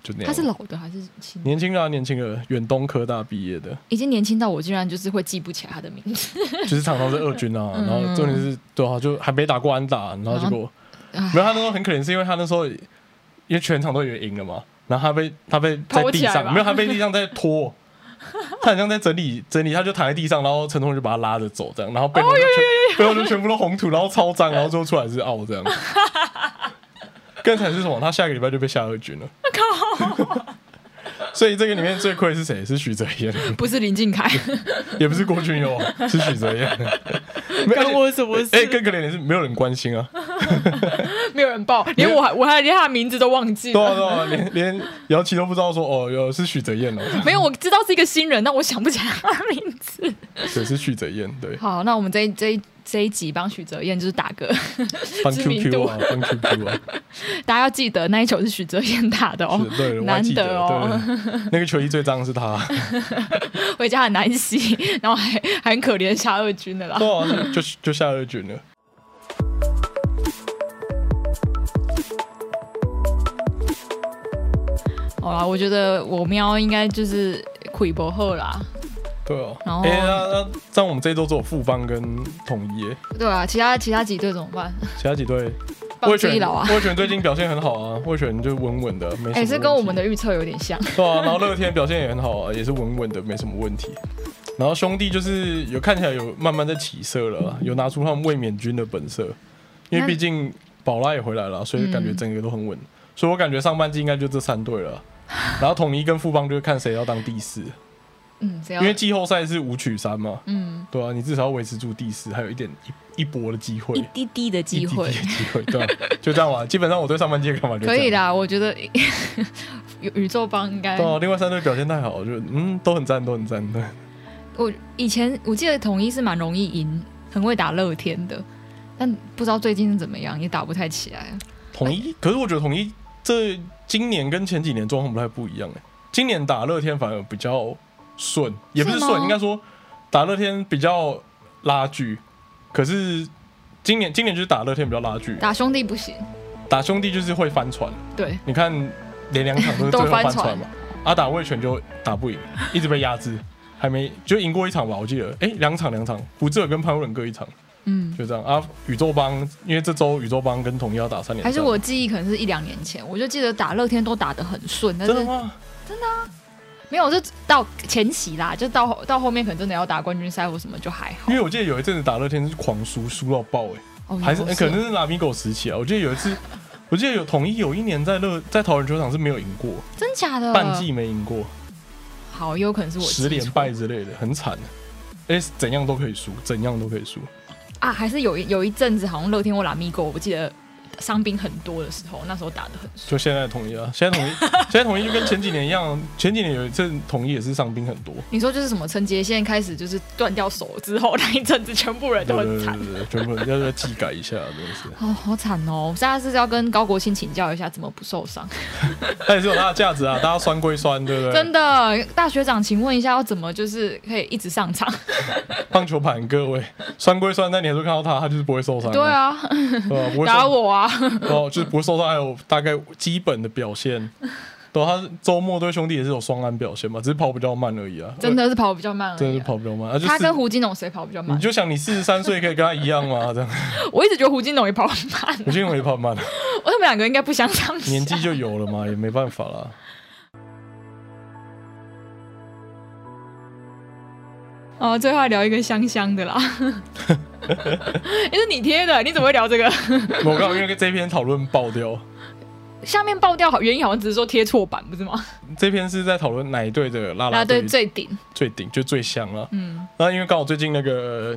S2: 就那样了，
S1: 他是老的还是新的？
S2: 年轻啊，年轻的，远东科大毕业的，
S1: 已经年轻到我竟然就是会记不起来他的名
S3: [laughs]
S1: 字，
S2: [laughs] 就是常常是二军啊，
S1: 嗯
S2: 然后重点是对啊，就还没打过安打，然后结果
S1: 然后
S2: 没有他那时候很可怜，是因为他那时候因为全场都以为赢了嘛，然后他被他被在
S1: 跑
S2: 地
S1: 起来吧
S2: 上没有他被地上在
S1: [laughs]
S2: 拖，他很像在整理整理，他就躺在地上，然后陈同学就把他拉着走这样，然后
S1: 哦
S2: 背后就全背后就全部都红土，然后超
S1: [laughs]
S2: 脏，然后最后出来是奥这样。更惨是什么？他下个礼拜就被下二军
S1: [laughs]
S2: 了。 [laughs] 所以这个里面最亏是谁？是许哲彦，
S1: 不是林敬凯，
S2: [laughs] 也不是郭俊佑，啊
S1: [laughs]
S2: 是许哲彦。没有
S3: 关我什么
S2: 哎、
S3: 事？
S2: 更可怜的是没有人关心啊！
S3: [laughs] 没有人报，连我
S2: 哎
S3: 还我还连他的名字都忘记
S2: 对
S3: 了。
S2: 啊对啊，连连姚琦都不知道说哦，有是许哲彦哦，
S3: 没有，我知道是一个新人，但我想不起来他的名字。
S2: 对，是许哲彦，对，
S1: [laughs] 好，那我们这一这一这一集帮许哲彦就是打歌，
S2: 帮
S3: 知名
S2: QQ
S3: 度
S2: 啊，帮 QQ 啊，
S1: [laughs] 大家要记得那一球是许哲彦打的哦，
S2: 是对，我还
S1: 难
S2: 记
S1: 得哦，
S2: 对，那个球衣最脏的是他，啊
S1: [laughs] 回家很难洗， [laughs] 然后还还很可怜下二军的啦。
S2: 对啊，就就下二军了。
S1: 好啦，我觉得我喵应该就是魁博后啦，
S2: 对哦、
S1: 然
S2: 啊，
S1: 后
S2: 哎、那那这样我们这一周只有富邦跟统一耶，
S1: 对啊，其他其他几队怎么办？ [laughs]
S2: 其他几队
S1: 棒
S2: 魏
S1: 之一
S2: 权
S1: 老啊，
S2: 魏权最近表现很好啊，魏权就稳稳的，没什么问题。
S1: 哎、这跟我们的预测有点像。
S2: 对啊，然后乐天表现也很好啊，也是稳稳的，没什么问题。然后兄弟就是有看起来有慢慢在起色了啊，有拿出他们卫冕军的本色，因为
S1: 那嗯
S2: 毕竟宝拉也回来了啊，所以感觉整个都很稳。所以我感觉上半季应该就这三队了啊，然后统一跟富邦就是看谁要当第四，
S1: 嗯，只要
S2: 因为季后赛是五取三嘛，
S1: 嗯
S2: 对啊，你至少要维持住第四，还有一点一一搏的机会
S1: 一，滴滴的
S2: 一
S1: 机会
S2: 一滴滴的机会，对啊、就这样吧。基本上我对上半季的看法就
S1: 可以
S2: 的。
S1: 啦，我觉得 [laughs] 宇宇宙帮应该
S2: 对、啊，另外三队表现太好，就嗯都很赞，都很赞，对。
S1: 我以前我记得统一是蛮容易赢，很会打乐天的，但不知道最近是怎么样，也打不太起来。啊
S2: 统
S1: 嗯
S2: 一，可是我觉得统一这今年跟前几年状况不太不一样哎、今年打乐天反而比较顺，也不是
S1: 是吗
S2: 顺，应该说打乐天比较拉锯。可是今年今年就是打乐天比较拉锯，
S1: 打兄弟不行，
S2: 打兄弟就是会翻船。
S1: 对，
S2: 你看连两场都
S1: [laughs]
S2: 是
S1: 都
S2: 最后
S1: 翻
S2: 翻
S1: 船
S2: 船嘛，啊打魏权就打不赢，一直被压制，还没就赢过一场吧，我记得，哎、两场两场，胡志伟跟潘文仁各一场，
S1: 嗯，
S2: 就这样啊。宇宙帮因为这周宇宙帮跟统一要打三连
S1: 还
S2: 战，
S1: 是我记忆可能是一两年前，我就记得打乐天都打得很顺，但
S2: 真的
S1: 是
S2: 吗？
S1: 没有，就到前期啦，就到后到后面可能真的要打冠军赛或什么就还好
S2: 因。为我记得有一阵子打乐天是狂输，输到爆哎、
S1: 哦，
S2: 嗯还是、
S1: 有
S2: 欸可能是拉米狗时期啊。我记得有一次，我记得有统一有一年在乐在桃园球场是没有赢过，
S1: 真假的
S2: 半季没赢过，
S1: 好，也有可能是我
S2: 十
S1: 记
S2: 连
S1: 错
S2: 败之类的，很惨。哎、怎样都可以输，怎样都可以输。
S1: 啊，还是有一有一阵子好像乐天或拉米狗，我记得伤兵很多的时候，那时候打得很顺。
S2: 就现在的统一啊，现在统一，现在统一就跟前几年一样，前几年有一阵统一也是伤兵很多，
S1: 你说就是什么陈杰现在开始就是断掉手之后那一阵子，全部人
S2: 对
S1: 都
S2: 对
S1: 很
S2: 对
S1: 惨。
S2: 对对，全部要要技改一下，真的是。
S1: 哦，好惨哦！我现在是要跟高国庆请教一下怎么不受伤。
S2: 但也是有它的价值啊，大家酸归酸，对不对？
S1: 真的，大学长，请问一下要怎么就是可以一直上场？
S2: 棒球盘各位，酸归酸，但你还是看到他，他就是不会受伤。
S1: 对啊， [laughs]
S2: 对啊，不会受
S1: 打我啊！
S2: 哦，就是不受伤，还有大概基本的表现。对，啊他周末对兄弟也是有双安表现嘛，只是跑比较慢而已啊。
S1: 真的是跑比较慢而已啊、
S2: 呃，真的是跑比较慢。啊、就
S1: 他跟
S2: 是
S1: 胡金龙谁跑比较慢
S2: 你？就想你四十三岁可以跟他一样吗？这样，
S1: 我一直觉得胡金龙也跑很慢，
S2: [laughs] 我觉得我也跑慢了，
S1: 我们两个应该不相上下。
S2: 年纪就有了嘛，也没办法啦。
S1: 哦，最后要聊一个香香
S2: [laughs]
S1: 的啦。也是你贴的，你怎么会聊这个？
S2: 我刚好因为这篇讨论爆掉，
S1: 下面爆掉好原因好像只是说贴错版，不是吗？
S2: 这篇是在讨论哪一队的拉
S1: 大家
S2: 拉
S1: 对
S2: 队
S1: 最顶，
S2: 最顶，就最香了。
S1: 嗯，
S2: 那因为刚好最近那个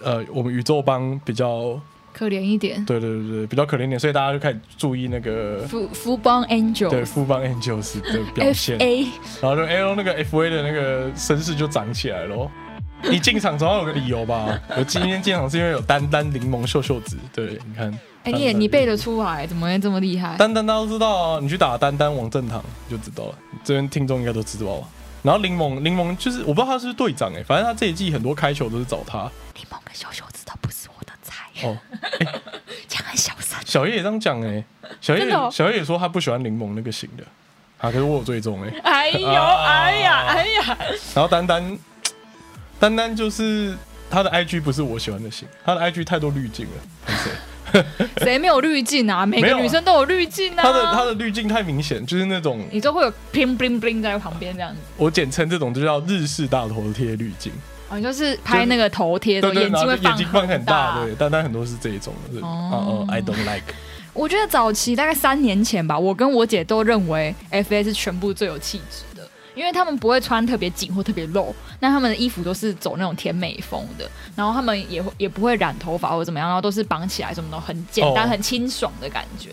S2: 呃，我们宇宙帮比较，
S1: 可怜一点。
S2: 对对对对，比较可怜一点，所以大家就开始注意那个
S1: 福福邦
S2: 对
S1: Angel 哎
S2: 富邦 Angels 的表
S1: F
S2: 现。
S1: A，
S2: 然后就 L 那个 FA 的那个声势就涨起来咯。你进场总要有个理由吧？我今天进场是因为有丹丹、柠檬、秀秀子。对，你看，
S1: 哎、你也你背得出来，怎么会这么厉害？
S2: 丹丹大家都知道啊，你去打丹丹王正堂你就知道了，这边听众应该都知道吧。然后柠檬，柠檬就是我不知道他是不是队长哎、反正他这一季很多开球都是找他。
S1: 柠檬跟小秀知道不是我的菜，
S2: 哦，
S1: 这样很小声。
S2: 小叶也这样讲哎、小叶
S3: 真的哦
S2: 小叶也说他不喜欢柠檬那个型的啊，可是我有追踪哎、
S3: 哎呦，
S1: 啊
S3: 哎呀，哎呀，
S2: 然后丹丹，丹丹就是他的 IG 不是我喜欢的型，他的 IG 太多滤镜了，很谁？
S1: 啊谁没有滤镜啊？每个
S2: 没有啊
S1: 女生都有滤镜啊。
S2: 他的他的滤镜太明显，就是那种
S1: 你都会有 bling bling bling 在旁边这样子。
S2: 我简称这种就叫日式大头贴滤镜，
S1: 哦，你就是拍那个头贴的
S2: 对
S1: 时候，
S2: 对，
S1: 眼
S2: 然
S1: 睛会
S2: 后就眼睛放很
S1: 大。
S2: 对，丹丹很多是这一种的，对啊
S1: 哦
S2: 哦，I don't like，
S1: 我觉得早期大概三年前吧，我跟我姐都认为 FA 是全部最有气质的，因为他们不会穿特别紧或特别露，那他们的衣服都是走那种甜美风的，然后他们也会也不会染头发或者怎么样，然后都是绑起来什么的，很简单、
S2: 哦
S1: 很清爽的感觉。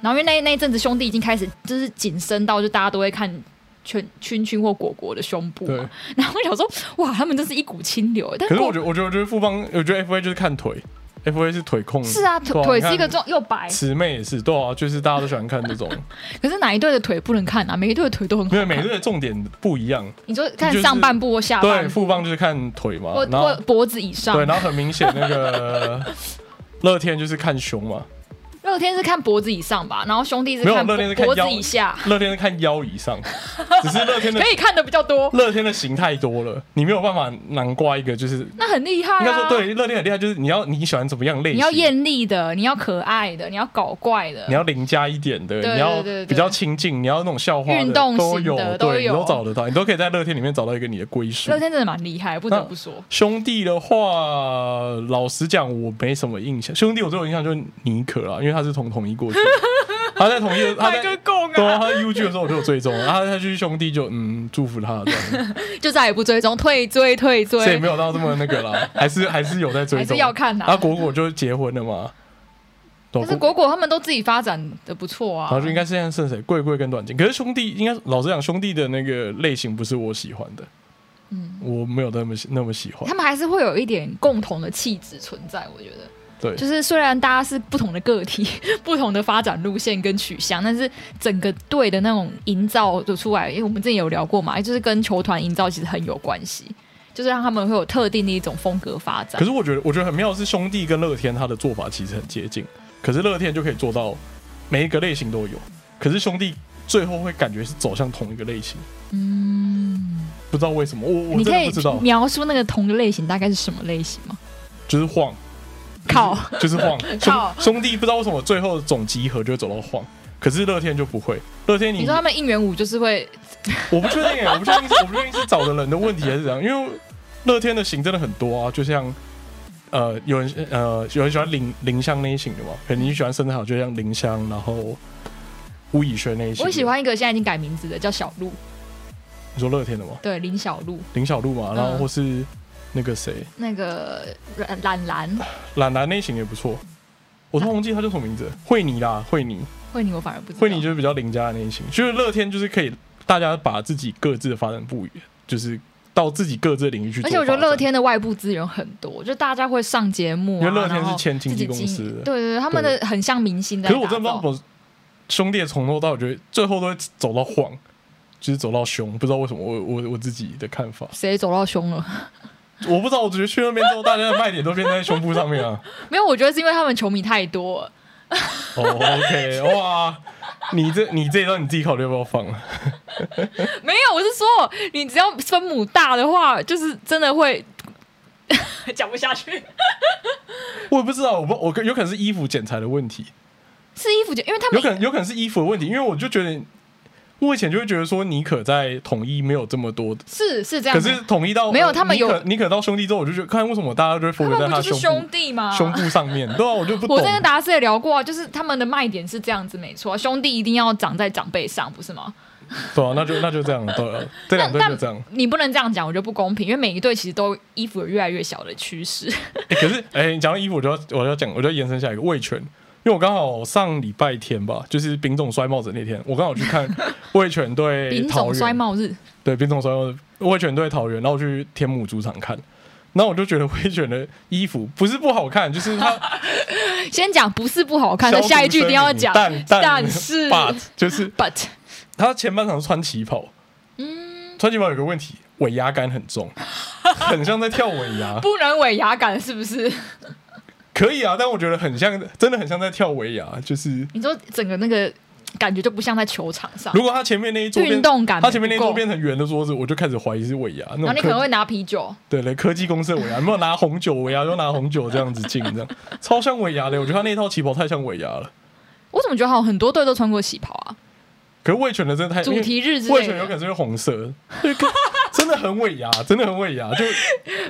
S1: 然后因为那那一阵子兄弟已经开始就是紧身到就大家都会看。圈圈圈或果果的胸部
S2: 对
S1: 嘛，。然后我想说，哇，他们真是一股清流。但
S2: 可是
S1: 果
S2: 我觉得我觉得我觉得富邦，我觉得 FA 就是看腿，FA 是腿控，
S1: 是啊，
S2: 嗯对
S1: 腿腿
S2: 你看
S1: 是一个重又白，
S2: 慈妹也是，对啊，就是大家都喜欢看这
S1: [laughs]
S2: 种，
S1: 可是哪一队的腿不能看啊？每一队的腿都很好
S2: 因为
S1: 看。
S2: 每个人的重点不一样，
S1: 你说看
S2: 就是
S1: 上半部或下
S2: 对，
S1: 半部，
S2: 富邦就是看腿嘛
S1: 或，
S2: 然
S1: 或
S2: 后
S1: 脖子以上
S2: 对，。然后很明显
S1: [laughs]
S2: 那个乐天就是看胸嘛，
S1: 乐天是看脖子以上吧，然后兄弟是
S2: 没有
S1: 看脖
S2: 乐天是看
S1: 脖子
S2: 腰
S1: 以下，
S2: 乐天是看腰以上，只是乐天的
S1: 可以看的比较多，
S2: 乐天的型太多了，你没有办法囊括一个，就是应
S1: 那很厉害啊。
S2: 该说，对乐天很厉害，就是你要你喜欢怎么样类型，
S1: 你要艳丽的，你要可爱的，你要搞怪的，
S2: 你要邻家一点的，
S1: 对
S2: 你要
S1: 对对对
S2: 比较亲近，你要那种校花的
S1: 运动型的都有
S2: 都有，对，你都找得到，你都可以在乐天里面找到一个你的归属
S1: 乐。天真的蛮厉害，不得不说。
S2: 兄弟的话，老实讲，我没什么印象。兄弟，我最有印象就是尼可啊啦，因为他是从统一过去的，他在统一的，
S1: [laughs]
S2: 他
S3: 卖
S2: 在
S3: 个供
S2: [laughs] 对啊，
S3: 啊！
S2: 他 UG 的时候我就有追踪，然后他去兄弟就嗯祝福他这样，
S1: 就再也不追踪，退追退
S2: 所以
S1: 追
S2: 没，有到这么那
S1: [laughs]
S2: 个啦，还是还是有在追
S1: 还是
S2: 踪。啊
S1: 要看的、
S2: 然后果果就结婚了嘛，对
S1: 但是
S2: 果
S1: 果果他们都自己发展的不错啊
S2: 然后，就应该是现在剩谁？贵贵跟短金。可是兄弟应该老实讲，兄弟的那个类型不是我喜欢的，
S1: 嗯，
S2: 我没有那么喜那么喜欢
S1: 他。们还是会有一点共同的气质存在，我觉得。
S2: 对，
S1: 就是虽然大家是不同的个体、 [laughs] 不同的发展路线跟取向，但是整个队的那种营造就出来，因为我们之前有聊过嘛，就是跟球团营造其实很有关系，就是让他们会有特定的一种风格发展
S2: 可。是我觉得我觉得很妙的是兄弟跟乐天他的做法其实很接近，可是乐天就可以做到每一个类型都有，可是兄弟最后会感觉是走向同一个类型，
S1: 嗯，
S2: 不知道为什么，我我
S1: 你
S2: 真
S1: 可
S2: 的
S1: 以
S2: 不知道，
S1: 描述那个同个类型大概是什么类型吗？
S2: 就是晃。
S1: 靠，
S2: 就是晃
S1: [laughs] 靠
S2: 兄兄弟不知道为什么最后总集合就会走到晃，可是乐天就不会。乐天你，
S1: 你说他们应援舞就是会
S2: 我不确定哎，我不确定是，我不确定是找的人的问题还是怎样，因为乐天的型真的很多啊，就像呃有人呃有人喜欢林林香那一型的嘛，可能你喜欢身材好，就像林香，然后吴以轩那一型。
S1: 我喜。欢一个现在已经改名字的叫小鹿，
S2: 你说乐天的吗？
S1: 对，林小鹿，
S2: 林小璐嘛，然后
S1: 嗯
S2: 或是那个谁，
S1: 那个懒懒懒，
S2: 懒男那一型也不错。我突然忘记他叫什么名字，惠妮啦，惠妮。
S1: 惠妮我反而不知道。
S2: 惠妮就是比较邻家的类型，就是乐天就是可以大家把自己各自的发展不一，就是到自己各自的领域去
S1: 而
S2: 做发展。
S1: 且我觉得乐天的外部资源很多，就大家会上节目、啊，
S2: 因为乐天
S1: 然后
S2: 是签经纪公司
S1: 自己经营对对对，他们的很像明星在
S2: 可是
S1: 打造。
S2: 我真的不知道为什么兄弟从头到尾，觉得最后都会走到晃，就是走到凶，不知道为什么。我我我自己的看法，
S1: 谁走到胸了？
S2: 我不知道，我觉得去那边之后，大家的卖点都变在胸部上
S1: [laughs]
S2: 面啊。
S1: 没有，我觉得是因为他们球迷太多了。
S2: 哦、o k 哇，你这你这一段你自己考虑要不要放啊？
S1: 没有，我是说，你只要分母大的话，就是真的会讲不下去。
S2: 我也不知道，我不我可有可能是衣服剪裁的问题。
S1: [laughs] 是衣服就因为他
S2: 有
S1: 们
S2: 可能有可能是衣服的问题，因为我就觉得，我以前就会觉得说尼可在统一没有这么多，
S1: 是是这样
S2: 可
S1: 的，
S2: 是统一到
S1: 没有他们有
S2: 尼可尼可到兄弟之后，我就觉得看为什么大家都会 f
S1: 他
S2: o 在
S1: 们
S2: 他
S1: 不
S2: 的
S1: 就是
S2: 胸
S1: 兄
S2: 部
S1: 弟吗？
S2: 胸部上面，对啊，我就不懂
S1: 我在跟达斯也聊过、啊，就是他们的卖点是这样子，没错，兄弟一定要长在长辈上，不是吗？
S2: 对啊，那就那就这样，
S1: [laughs]
S2: 对啊，这两队
S1: 但
S2: 就这样。
S1: 你不能这样讲，我觉得不公平，因为每一队其实都衣服有越来越小的趋势。
S2: 欸可是哎、欸你讲到衣服，我就要我就要讲，我就要延伸下一个魏权，因为我刚好上礼拜天吧，就是丙总摔帽子那天，我刚好去
S1: [laughs]
S2: 看魏权对
S1: 丙
S2: 桃
S1: 总
S2: 园，
S1: 摔帽日，
S2: 对丙总摔帽子，魏权对桃园，然后我去天母主场看，然后我就觉得威卷的衣服不是不好看，就是它
S1: [laughs] 先讲不是不好看，
S2: 消
S1: 但
S2: 毒
S1: 下一句一定要
S2: 声明
S1: 讲。
S2: 但但
S3: 但是
S2: but 就是。
S1: But
S2: 他前半场穿旗袍，嗯，穿旗袍有个问题，尾牙感很重，很像在跳尾牙。
S3: 不能尾牙感是不是？
S2: 可以啊，但我觉得很像，真的很像在跳尾牙。就是
S1: 你说整个那个感觉就不像在球场上，
S2: 如果他前面那一桌变
S1: 运动感
S2: 他前面那一
S1: 不够
S2: 桌变成圆的桌子，我就开始怀疑是尾牙。
S1: 然后
S2: 那种
S1: 你可能
S2: 科
S1: 会拿啤酒，
S2: 对对科技公司的尾牙，有没有拿红酒尾牙，就拿红酒这样子进，这样超像尾牙的。我觉得他那套旗袍太像尾牙了。
S1: 我怎么觉得好像很多队都穿过旗袍啊？
S2: 可是魏权的真的太
S1: 主题日之
S2: 魏
S1: 类
S2: 权有可
S1: 的，
S2: 能是红色，真的很尾牙，真的很尾牙，就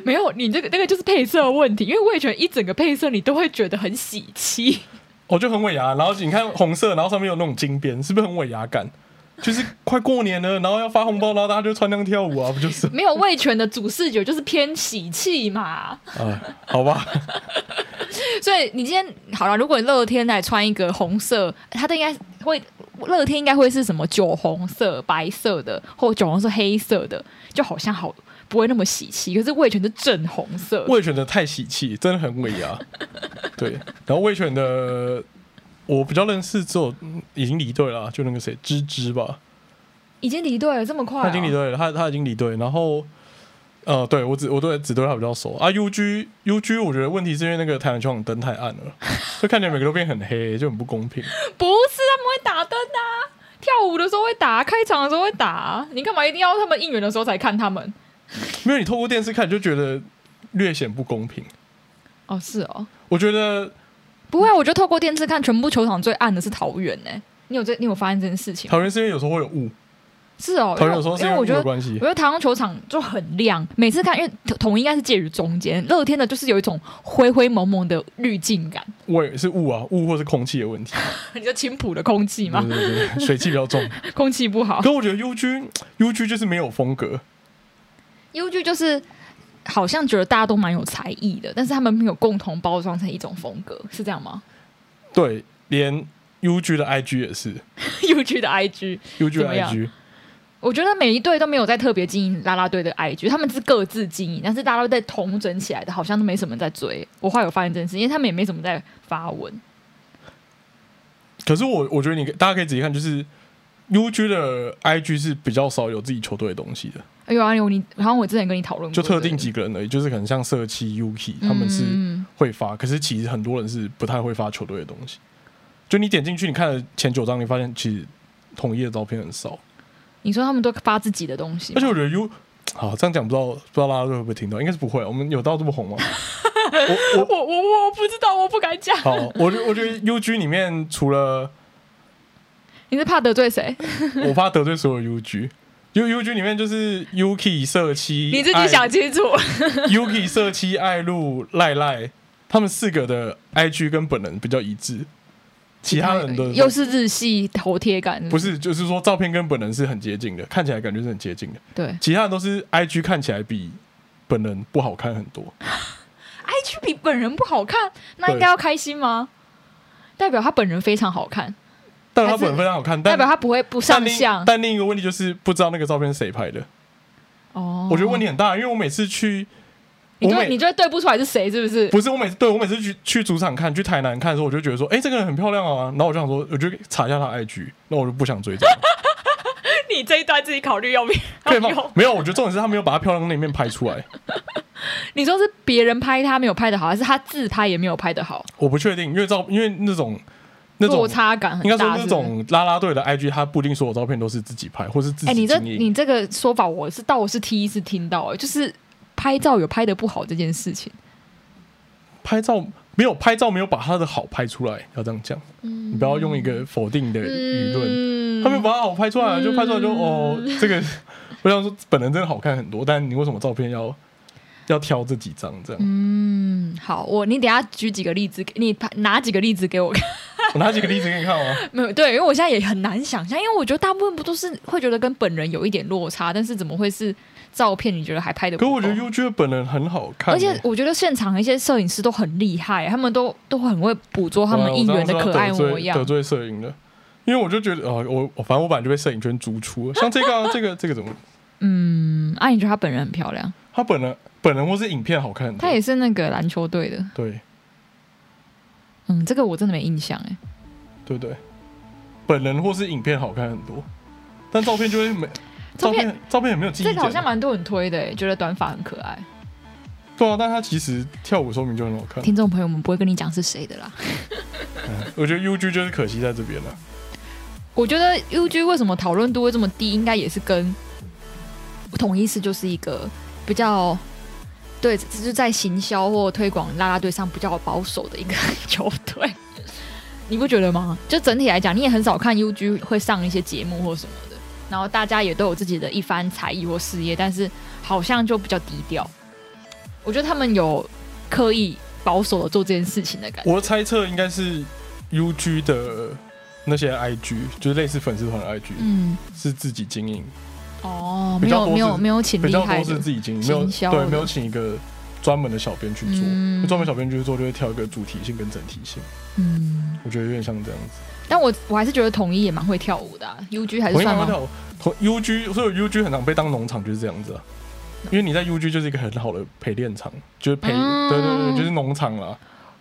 S3: 没有，你这个那个就是配色问题，因为魏权一整个配色你都会觉得很喜气，
S2: 哦，就很尾牙，然后你看红色，然后上面有那种金边，是不是很尾牙感？就是快过年了，然后要发红包，然后大家就穿那样跳舞啊，不就是 [laughs]
S3: 没有魏权的主视觉就是偏喜气嘛。
S2: 啊？好吧，
S1: 所以你今天好了，如果你乐天来穿一个红色，它的应该会乐天应该会是什么酒红色、白色的，或酒红色黑色的，就好像好不会那么喜气。可是魏权是正红色，
S2: 魏权的太喜气，真的很尾
S1: [laughs]
S2: 牙。对，然后魏权的我比较认识之后已经离队了啊，就那个谁芝芝吧，
S1: 已经离队了，这么快、啊
S2: 他已经离，队了，他他已经离队，然后。呃，对我只我对只对他比较熟啊。U G U G，我觉得问题是因为那个台南球场灯太暗
S1: [laughs]
S2: 了，就看起来每个都变很黑，就很不公平。
S1: 不是他们会打灯啊。跳舞的时候会打，开场的时候会打，你干嘛一定要他们应援的时候才看他们？
S2: 没有，你透过电视看就觉得略显不公平。
S1: 哦，是哦，
S2: 我觉得
S1: 不会啊，我觉得透过电视看，全部球场最暗的是桃园呢、你有这，你有发现这件事情吗？
S2: 桃园是因为有时候会有雾，
S1: 是哦，
S2: 桃
S1: 因
S2: 园
S1: 为
S2: 有时候
S1: 我
S2: 是
S1: 因为
S2: 因
S1: 我
S2: 为雾
S1: 觉
S2: 的
S1: 得
S2: 关系
S1: 我觉。得台湾球场就很亮，每次看，因为统统一应该是介于中间，乐天的就是有一种灰灰蒙蒙的滤镜感，
S2: 雾也是雾啊，雾或是空气的问题，
S1: [laughs] 你说青浦的空气
S2: 对
S1: 嘛，
S2: 对对，水汽比较重。
S1: 空气不 [laughs] 好。
S2: 可我觉得 U G U G 就是没有风格，
S1: U G 就是好像觉得大家都蛮有才艺的，但是他们没有共同包装成一种风格，是这样 [laughs] 吗
S2: 对，连 U G 的 I G 也是
S1: ？U G 的 I G，
S2: U G
S1: 怎
S2: 的
S1: 么
S2: I
S1: 样
S2: G，
S1: 我觉得每一队都没有在特别经营啦啦队的 IG，他们是各自经营，但是大家都在同整起来的，好像都没什么在追。我后来有发现这件事，因为他们也没什么在发文。
S2: 可是我我觉得你大家可以仔细看，就是 U G 的 I G 是比较少有自己球队的东西的，
S1: 哎呦，阿牛，你好像我之前跟你讨论过，
S2: 就特
S1: 对不
S2: 定
S1: 对
S2: 几个人而已，就是可能像社七 Yuki 他们是
S1: 嗯
S2: 会发，可是其实很多人是不太会发球队的东西。就你点进去，你看了前九张，你发现其实统一的照片很少，
S1: 你说他们都发自己的东西吗，
S2: 而且我觉得 U 好这样讲，不知道不知道大家会不会听到，应该是不会啊。我们有到这
S1: [laughs]
S2: 么红吗？我我
S3: 我我我我不知道，我不敢讲。
S2: 好，我觉得我觉得 UG 里面除了
S1: 你是怕得罪谁？
S2: 我怕得罪所有 UG。U U G 里面就是 Yuki 社七，
S3: 你自己想清楚。
S2: 爱 Yuki 社七爱露赖赖，他们四个的 IG 跟本人比较一致，其他人的
S1: [laughs] 哎又是日系头贴感
S2: 不
S1: 是
S2: 是，就是说照片跟本人是很接近的，看起来感觉是很接近的。
S1: 不是？对
S2: 其他人都是 IG 看起来比本人不好看很多。
S1: ，IG 比本人不好看，那
S2: 对
S1: 应该要开心吗？代表他本人非常好看，
S2: 但他本人非常好看，
S1: 代
S2: 但
S1: 表他不会不
S2: 但
S1: 上
S2: 另
S1: 相。
S2: 但另一个问题就是不知道那个照片是谁拍的。
S1: 哦，
S2: 我觉得问题很大，因为我每次去，
S1: 你
S2: 我
S1: 就
S2: 每
S1: 你就会对不出来是谁，是不是？
S2: 不是我每次对我每次去去主场看去台南看的时候，我就觉得说，哎、这个人很漂亮啊，然后我就想说，我就查一下他的 IG，那我就不想追踪。
S3: 你这一段自己考虑要不
S2: 可
S3: 要
S2: 以
S1: [laughs]
S2: 吗
S3: 用？？
S2: 没有，我觉得重点是他没有把他漂亮的那一面拍出来。
S1: 你说是别人拍他没有拍的好，还是他自拍也没有拍的好？
S2: 我不确定，因为照因为那种那种
S1: 落差感很
S2: 应该说
S1: 大。
S2: 那
S1: 是不是
S2: 种拉拉队的 IG，他不一定所有照片都是自己拍，或是自
S1: 哎、
S2: 己
S1: 你这
S2: 经营。
S1: 你这个说法，我是到我是第一次听到、哎，就是拍照有拍的不好这件事情。
S2: 拍照没有拍照没有把他的好拍出来，要这样讲。
S1: 嗯
S2: 你不要用一个否定的舆论，他没有把他好拍出来，就拍出来就
S1: 嗯
S2: 哦，这个我想说本人真的好看很多，但你为什么照片要要挑这几张这样？
S1: 嗯，好，我你等一下举几个例子，给你拿几个例子给我看。 [laughs]
S2: 我拿几个例子给你看吗？
S1: 没有对，因为我现在也很难想象，因为我觉得大部分不都是会觉得跟本人有一点落差，但是怎么会是照片？你觉得还拍的？
S2: 可我觉得 U G 的本人很好看欸，
S1: 而且我觉得现场一些摄影师都很厉害，他们都都很会捕捉他
S2: 哇
S1: 们
S2: 啊我
S1: 应
S2: 刚
S1: 援
S2: 刚
S1: 的
S2: 说
S1: 可
S2: 要
S1: 爱
S2: 得罪
S1: 模样
S2: 得。罪摄影的，因为我就觉得哦，我我反
S1: [laughs]
S2: 正我本来就被摄影圈逐出了，像这个啊这个这个怎么？
S1: 嗯，啊，你觉得她本人很漂亮？
S2: 他本人本人或是影片好看很多
S1: 他也是那个篮球队的，
S2: 对
S1: 嗯，这个我真的没印象哎。
S2: 对对，本人或是影片好看很多，但照片就会没
S1: 照
S2: 照
S1: 片
S2: 片照片也没有记忆
S1: 这
S2: 点
S1: 个
S2: 啊。
S1: 好像蛮多人推的哎，觉得短发很可爱。
S2: 对啊，但他其实跳舞说明就很好看。
S1: 听众朋友们不会跟你讲是谁的啦。
S2: 嗯我觉得 UG 就是可惜在这边啊了，
S1: 我觉得 UG 为什么讨论度会这么低，应该也是跟统一是就是一个比较对，就是在行销或推广啦啦队上比较保守的一个 [laughs] 球队，你不觉得吗？就整体来讲，你也很少看 UG 会上一些节目或什么的，然后大家也都有自己的一番才艺或事业，但是好像就比较低调。我觉得他们有刻意保守的做这件事情的感觉。
S2: 我的猜测应该是 UG 的那些 IG，就是类似粉丝团的 IG，、
S1: 嗯，
S2: 是自己经营，
S1: 哦，
S2: 比
S1: 没
S2: 较
S1: 有
S2: 多
S1: 没有
S2: 是
S1: 没有请
S2: 比
S1: 厉
S2: 较
S1: 害
S2: 多
S1: 的
S2: 是自己经营，没有
S1: 行销的
S2: 对，没有请一个专门的小编去做，
S1: 嗯
S2: 就专门小编去做就会挑一个主题性跟整体性，
S1: 嗯，
S2: 我觉得有点像这样子。
S1: 但我我还是觉得统一也蛮会跳舞的、啊、，UG 还是
S2: 我应
S1: 算
S2: 该
S1: 蛮
S2: 跳舞同 UG，所以 UG 很常被当农场就是这样子啊。因为你在 UG 就是一个很好的陪练场，就是陪，
S1: 嗯
S2: 对对对，就是农场啦。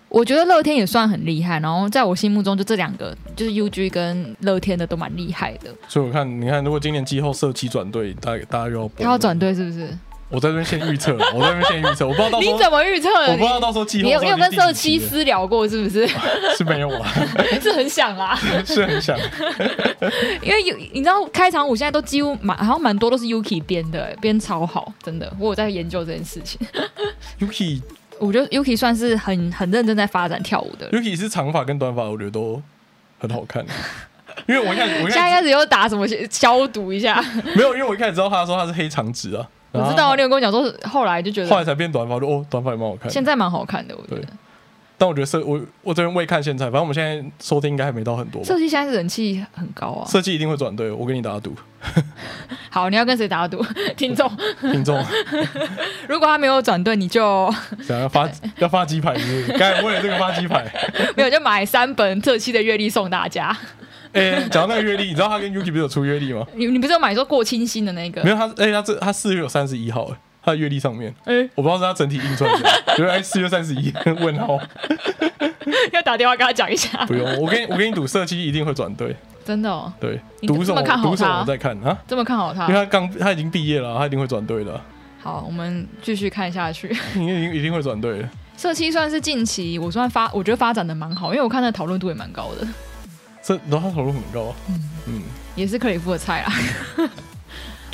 S1: 我觉得乐天也算很厉害，然后在我心目中就这两个，就是 UG 跟乐天的都蛮厉害的。
S2: 所以我看，你看，如果今年季后社七转队，大大家又要崩
S1: 他要
S2: 了
S1: 转队是不是？
S2: 我在这边先预测了，我在这边先预测，我不知道到时
S1: 你
S2: 候，
S1: 怎么预测
S2: 我
S1: 的？
S2: 不知道到时候季
S1: 你
S2: 后
S1: 你有
S2: 赛
S1: 你有跟
S2: 是第
S1: 社
S2: 几
S1: 七
S2: 集
S1: 私聊过是不
S2: [laughs]
S1: 是？
S2: 是没有啊，
S1: 是很想啦，
S2: 是很想，
S1: 因为有你知道开场舞现在都几乎蛮好像蛮多都是 Yuki 编的、欸，编超好，真的。我有在研究这件事情， [laughs]
S2: Yuki
S1: 我觉得 Yuki 算是很很认真在发展跳舞的人。
S2: Yuki 是长发跟短发，我觉得都很好看。因为啊我一开始，我一
S1: 现在
S2: 开
S1: 开始又打什么消毒一
S2: [laughs]
S1: 下？
S2: 始没有，因为我一开始知道他说他是黑长直啊，
S1: 我
S2: 然后
S1: 知道，你有跟我讲说，后来就觉
S2: 后
S1: 得
S2: 来才变短发，我就哦，短发也蛮好看。
S1: 现在蛮好看的，我觉得
S2: 对。但我觉得设我我这边未看现在，反正我们现在收听应该还没到很多吧
S1: 设。计现在人气很高啊。
S2: 设计一定会转队，我跟你打赌，
S1: 好，你要跟谁打赌？ [laughs] 听众，
S2: 听
S1: [laughs]
S2: 众
S1: 如果他没有转队，你就 [laughs]
S2: 想要发要发鸡排是不是？刚才为了这个发鸡排，
S1: [laughs] 没有就买三本这期的月历送大家。
S2: 哎、讲到那个月历，你知道他跟 Yuki 不是有出月历吗？
S1: 你你不是有买说过清新的那个
S2: [laughs] 没？有他，哎、他这他四月有三十一号，哎他的月历上面，
S1: 哎、
S2: 我不知道是他整体印出来的，原来哎四月三十一问号，
S1: 要打电话跟他讲一下。
S2: [laughs] 不用，我跟你我跟你赌社七一定会转队，
S1: 真的哦，
S2: 对，
S1: 你
S2: 赌什
S1: 这么
S2: 么
S1: 看好
S2: 赌什
S1: 他
S2: 么我再看啊，
S1: 这么看好他
S2: 因为。他刚他已经毕业了，他一定会转队的，啊
S1: 好，我们继续看下去。
S2: 一定一定会转队的，
S1: 社期算是近期我算发，我觉得发展的蛮好，因为我看那讨论度也蛮高的，
S2: 这然后他投入很高啊，嗯，
S1: 也是克里夫的菜啦。啊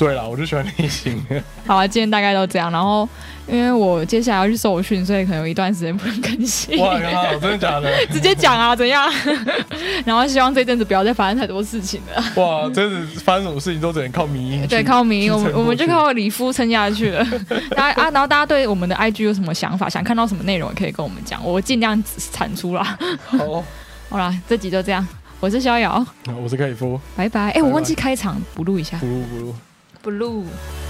S2: 对啦，我就喜欢内心，
S1: [laughs] 好啊，今天大概都这样。然后因为我接下来要去受训，所以可能有一段时间不能更新。
S2: 哇，原来真的假的？
S1: 直接讲
S2: [laughs]
S1: 啊，怎样？ [laughs] 然后希望这阵子不要再发生太多事情了。
S2: 哇，真是发生什么事情都只能靠迷啊音去，
S1: 对，靠迷，
S2: 去
S1: 我们
S2: 撑
S1: 我们
S2: 过
S1: 就
S2: 去
S1: 靠李夫撑下去
S2: [laughs]
S1: 了。大家啊，然后大家对我们的 IG 有什么想法，想看到什么内容，也可以跟我们讲，我尽量产出啦。 [laughs]
S2: 好，
S1: 好啦，这集就这样，我是逍遥，
S2: 我是凯夫，
S1: 拜拜。哎、我
S2: 拜拜
S1: 忘记开场不录一下，
S2: 不录不录。
S1: 不录。
S2: 拜拜。